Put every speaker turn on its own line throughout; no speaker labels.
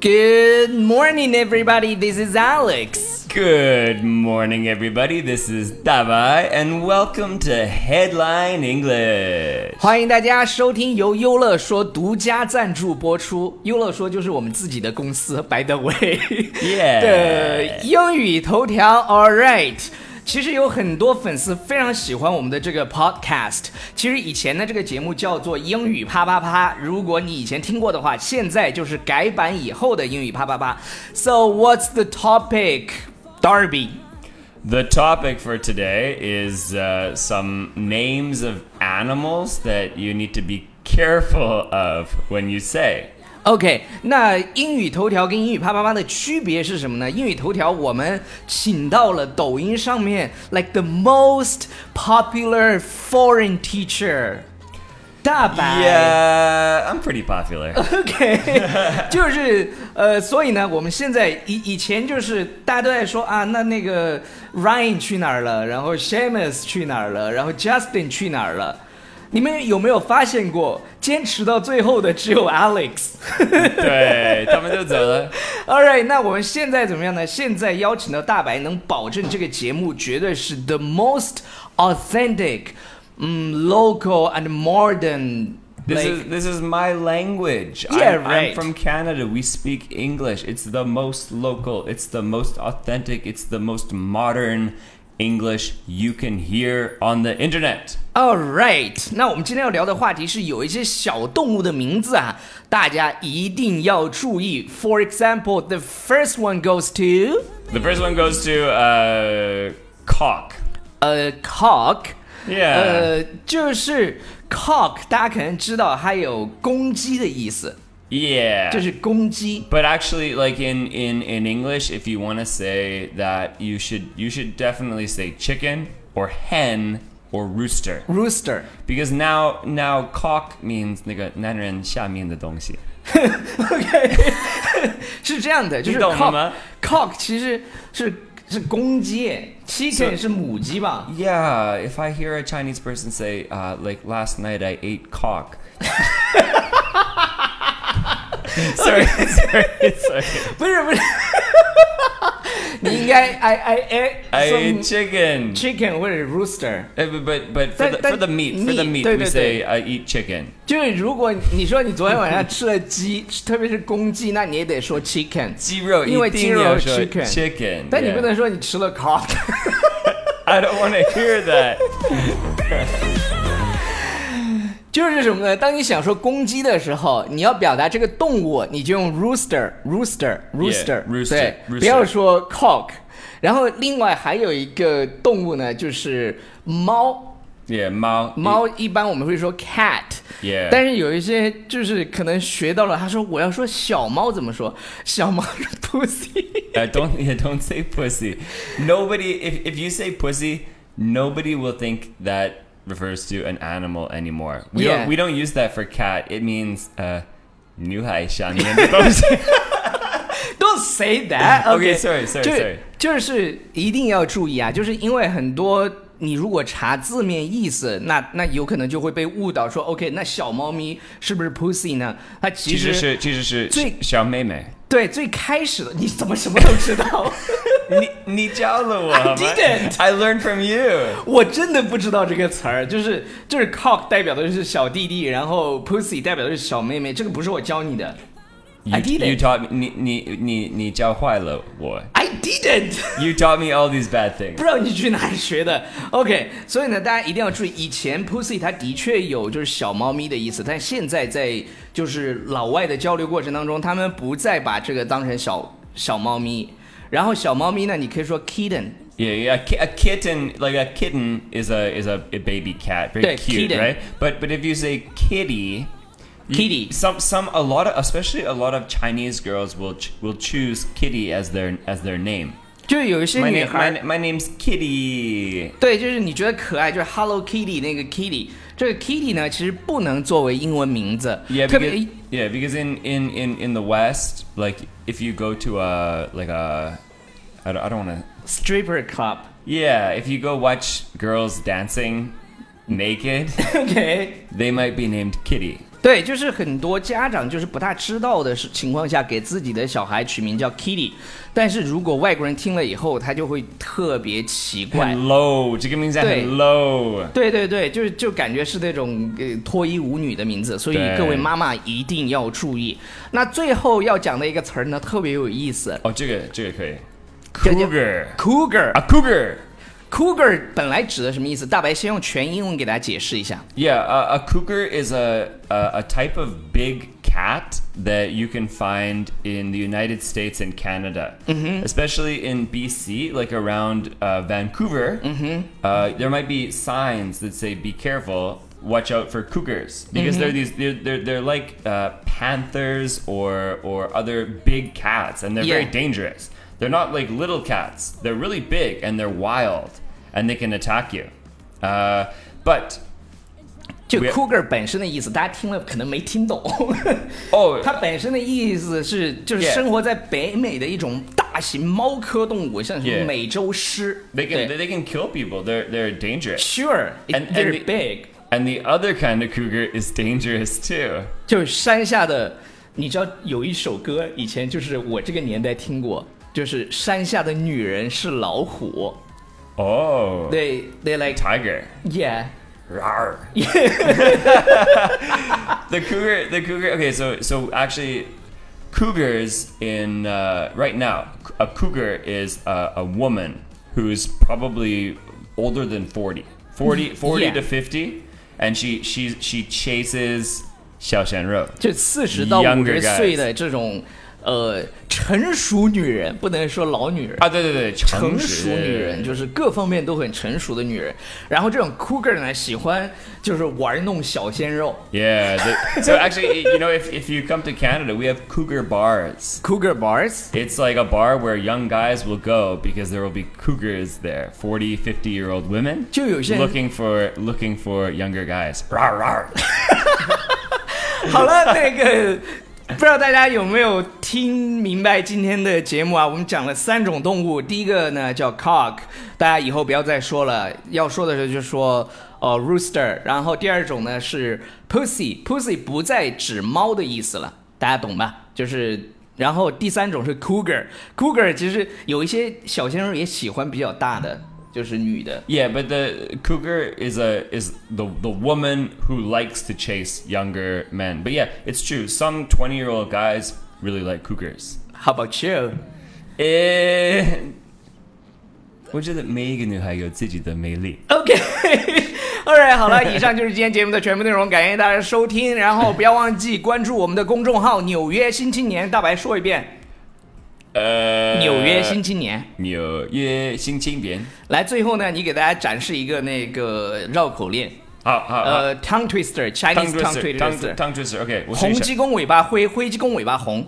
Good morning, everybody. This is Alex.
Good morning, everybody. This is Davai, and welcome to Headline English.
欢迎大家收听由优乐说独家赞助播出。优乐说就是我们自己的公司，by the way 的
Yeah，
英语头条。All right。其实有很多粉丝非常喜欢我们的这个 podcast。其实以前呢，这个节目叫做《英语啪啪啪》，如果你以前听过的话，现在就是改版以后的《英语啪啪啪》。So what's the topic, Darby?
the topic for today is uh, some names of animals that you need to be careful of when you say.
OK，那英语头条跟英语啪啪啪的区别是什么呢？英语头条我们请到了抖音上面 like the most popular foreign teacher，大白。
Yeah, I'm pretty popular.
OK，就是呃，所以呢，我们现在以以前就是大家都在说啊，那那个 Ryan 去哪儿了，然后 Shamus 去哪儿了，然后 Justin 去哪儿了。你们有没有发现过，坚持到最后的只有 Alex？
对，他们就走了。
All right，那我们现在怎么样呢？现在邀请到大白，能保证这个节目绝对是 the most authentic，嗯，local and modern。
This
like-
is this is my language.
Yeah,
I'm,
right.
I'm from Canada. We speak English. It's the most local. It's the most authentic. It's the most modern English you can hear on the internet.
All right，那我们今天要聊的话题是有一些小动物的名字啊，大家一定要注意。For example，the first one goes to
The first one goes to uh, cock.
a cock。
Yeah.
呃，就是 cock，大家可能知道它有公鸡的意思，
yeah.
就是公鸡。
But actually, like in in in English, if you want to say that, you should you should definitely say chicken or hen or rooster.
Rooster，
Because now now cock means 那个男人下面的东西。
是这样的，就是
你懂
cock,
了吗
cock 其实是是公鸡，chicken 是母鸡吧？
Yeah, if I hear a Chinese person say, uh, like last night I ate cock. sorry, sorry, sorry.
不是不是， 你应该 I I
I
I
ate chicken.
chicken 或者 rooster。
Uh, but but, but for,
That-
the,
that-
for the meat, for the
meat,
meat,
对，
we
对，
say I eat chicken.
就是如果你说你昨天晚上吃了鸡，特别是公鸡，那你也得说 chicken。
鸡肉
因为鸡肉
一定要说
chicken。
chicken，
但你
yeah.
不能说你吃了 cock。
I don't want to hear that.
就是什么呢？当你想说公鸡的时候，你要表达这个动物，你就用 rooster rooster rooster，
rooster，
对
rooster
不要说 cock。然后另外还有一个动物呢，就是猫。
Yeah, 猫
猫一般我们会说 cat。
Yeah
但是有一些就是可能学到了，他说我要说小猫怎么说？小猫是 pussy。
Uh, don't yeah, don't say pussy. Nobody if if you say pussy, nobody will think that refers to an animal anymore. We
Yeah.
don't we don't use that for cat. It means uh new high Okay,
Don't say that. OK，,
sorry, sorry,
就
sorry.
就是一定要注意啊，就是因为很多你如果查字面意思，那那有可能就会被误导说 OK，那小猫咪是不是 pussy 呢？它其实
其实是其实是
最-
小妹妹。
对最开始的，你怎么什么都知道？
你你教了我
didn't.
I learned from you.
我真的不知道这个词儿，就是就是 cock 代表的是小弟弟，然后 pussy 代表的是小妹妹，这个不是我教你的。I
You-
didn't.
You taught me. 你你你你教坏了我。
I didn't.
You taught me all these bad things.
不知道你去哪里学的。OK，所以呢，大家一定要注意，以前 pussy 它的确有就是小猫咪的意思，但现在在就是老外的交流过程当中，他们不再把这个当成小小猫咪。然后小猫咪呢，你可以说 kitten，
Yeah, yeah. A, ki- a kitten, like a kitten, is a is a, a baby cat, very
Yeah,
cute,
kitten.
right? But but if you say kitty, you-
Kitty.
some some a lot of especially a lot of Chinese girls will ch- will choose kitty as their as their name.
就是有一些
My
女
name
孩
my, na- my name's Kitty.
对，就是你觉得可爱，就是 Hello Kitty 那个 Kitty，这个 Kitty 呢，其实不能作为英文名字
Yeah,
特别
because, yeah, because in, in, in, in the West, like if you go to a like a, I don't, I don't want to.
stripper club。
Yeah, if you go watch girls dancing naked,
OK，
they might be named Kitty.
对对，就是很多家长就是不大知道的是情况下，给自己的小孩取名叫 Kitty，但是如果外国人听了以后，他就会特别奇怪。
很 low，这个名字
对
很 low。
对对对，就是就感觉是那种呃脱衣舞女的名字，所以
对
各位妈妈一定要注意。那最后要讲的一个词儿呢，特别有意思
哦，这个这个可以。
这就
Cougar
，cougar
啊，cougar。
Cougar 本来指的什么意思？大白先用全英文给大家解释一下。
Yeah, uh, a cougar is a, a a type of big cat that you can find in the United States and Canada, especially in BC, like around uh, Vancouver. Uh, there might be signs that say "Be careful, watch out for cougars," because they're these they're they're, they're like uh, panthers or or other big cats, and they're very
Yeah.
dangerous. They're not like little cats. They're really big and they're wild, and they can attack you. Uh, but
就
We-
Cougar 本身的意思，大家听了可能没听懂。
Oh,
它本身的意思是，就是
Yeah.
生活在北美的一种大型猫科动物，像什么
Yeah.
美洲狮。
they can
对
they can kill people. They're they're dangerous.
Sure,
And-
it-
and
they're
the-
big.
And the other kind of cougar is dangerous too.
就是山下的，你知道有一首歌，以前就是我这个年代听过，就是山下的女人是老虎。
Oh,
They they like
tiger.
yeah.
Rawr. the cougar, the cougar. Okay, so so actually, cougars in uh, right now, a cougar is a, a woman who's probably older than 40, 40, 40
Yeah.
to fifty, and she she she chases Xiaoshan Road.
就四十到五
Younger
十
guys
岁的这种呃成熟女人，不能说老女
Ah,
人。成熟女人就是各方面都很成熟的女人，然后这种 cougar 呢，喜欢就是玩弄小鲜肉
Yeah. the- so actually, you know, if, if you come to Canada, we have cougar bars.
cougar bars。
It's like a bar where young guys will go because there will be cougars there, 40, 50 year old women
就有些人
looking for looking for younger guys. Rawr, rawr.
好了，那个不知道大家有没有听明白今天的节目啊？我们讲了三种动物，第一个呢叫 cock，大家以后不要再说了，要说的时候就说呃 rooster，然后第二种呢是 pussy，pussy 不再指猫的意思了，大家懂吧？就是。然后第三种是 cougar，cougar 其实有一些小鲜肉也喜欢比较大的，就是女的。
Yeah, but the cougar is a is the the woman who likes to chase younger men. But yeah, it's true. Some 20 year old guys really like cougars.
How about you？
Eh, 我觉得每一个女孩有自己的魅力。
OK，All、right，好了，以上就是今天节目的全部内容，感谢大家收听，然后不要忘记关注我们的公众号《纽约新青年》。大白说一遍，《
呃，
纽约新青年》。
纽约新青年，
来，最后呢，你给大家展示一个那个绕口令，
好好好
呃，tongue twister，Chinese tongue twister，
啊 tongue twister，OK，我试
红
一下
鸡。公尾巴灰，灰鸡公尾巴红，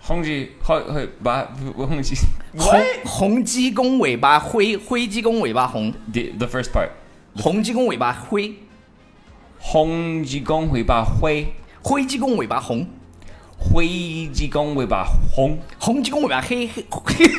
红鸡，好，好，把红鸡。
红红鸡公尾巴灰，灰鸡公尾巴红，
The the first part，
红鸡公尾巴灰，
红鸡公会把灰，
灰鸡公尾巴红，
灰鸡公会把红。
红鸡公尾巴黑 黑。黑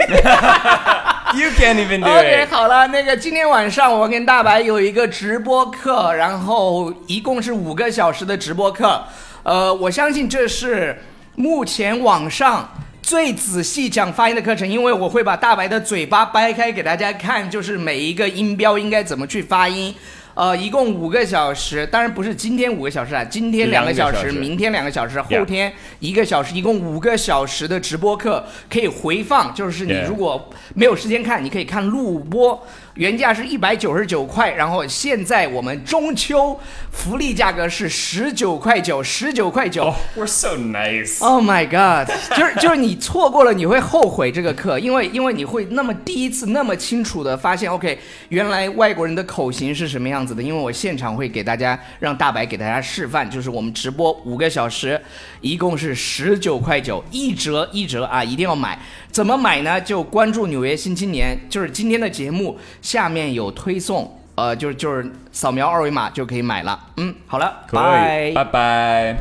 You can't even do
OK，
it。
好了，那个今天晚上我跟大白有一个直播课，然后一共是五个小时的直播课。呃，我相信这是目前网上最仔细讲发音的课程，因为我会把大白的嘴巴掰开给大家看，就是每一个音标应该怎么去发音。呃，一共五个小时，当然不是今天五个小时啊，今天两个小时，
两个小时
明天两个小时，
Yeah
后天一个小时，一共五个小时的直播课可以回放，就是你
Yeah
如果。如果没有时间看，你可以看录播，原价是一百九十九块，然后现在我们中秋福利价格是十九块九，十九块九。
Oh, we're so nice。
Oh my god！就是就是你错过了，你会后悔这个课，因为因为你会那么第一次那么清楚的发现，OK，原来外国人的口型是什么样子的。因为我现场会给大家让大白给大家示范，就是我们直播五个小时，一共是十九块九，一折一折啊，一定要买。怎么买呢？就关注《纽约新青年》，就是今天的节目下面有推送，呃，就是就是扫描二维码就可以买了。嗯，好了，
可以，拜拜。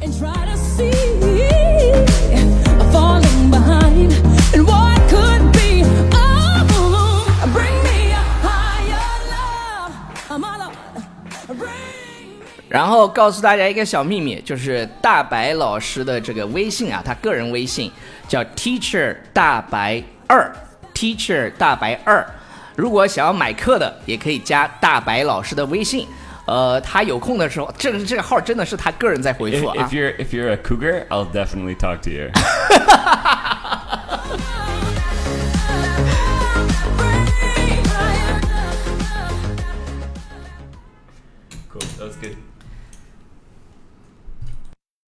and try to see falling behind and what could be. Oh, bring me a higher love. I'm all up. Bring me-
然后告诉大家一个小秘密，就是大白老师的这个微信啊，他个人微信叫 Teacher 大白二，Teacher 大白二。如果想要买课的，也可以加大白老师的微信。呃，他有空的时候，这个这个号真的是他个人在回
If,
复啊
if。you're if you're a cougar, I'll definitely talk to you.
嗯。
cool, that was good.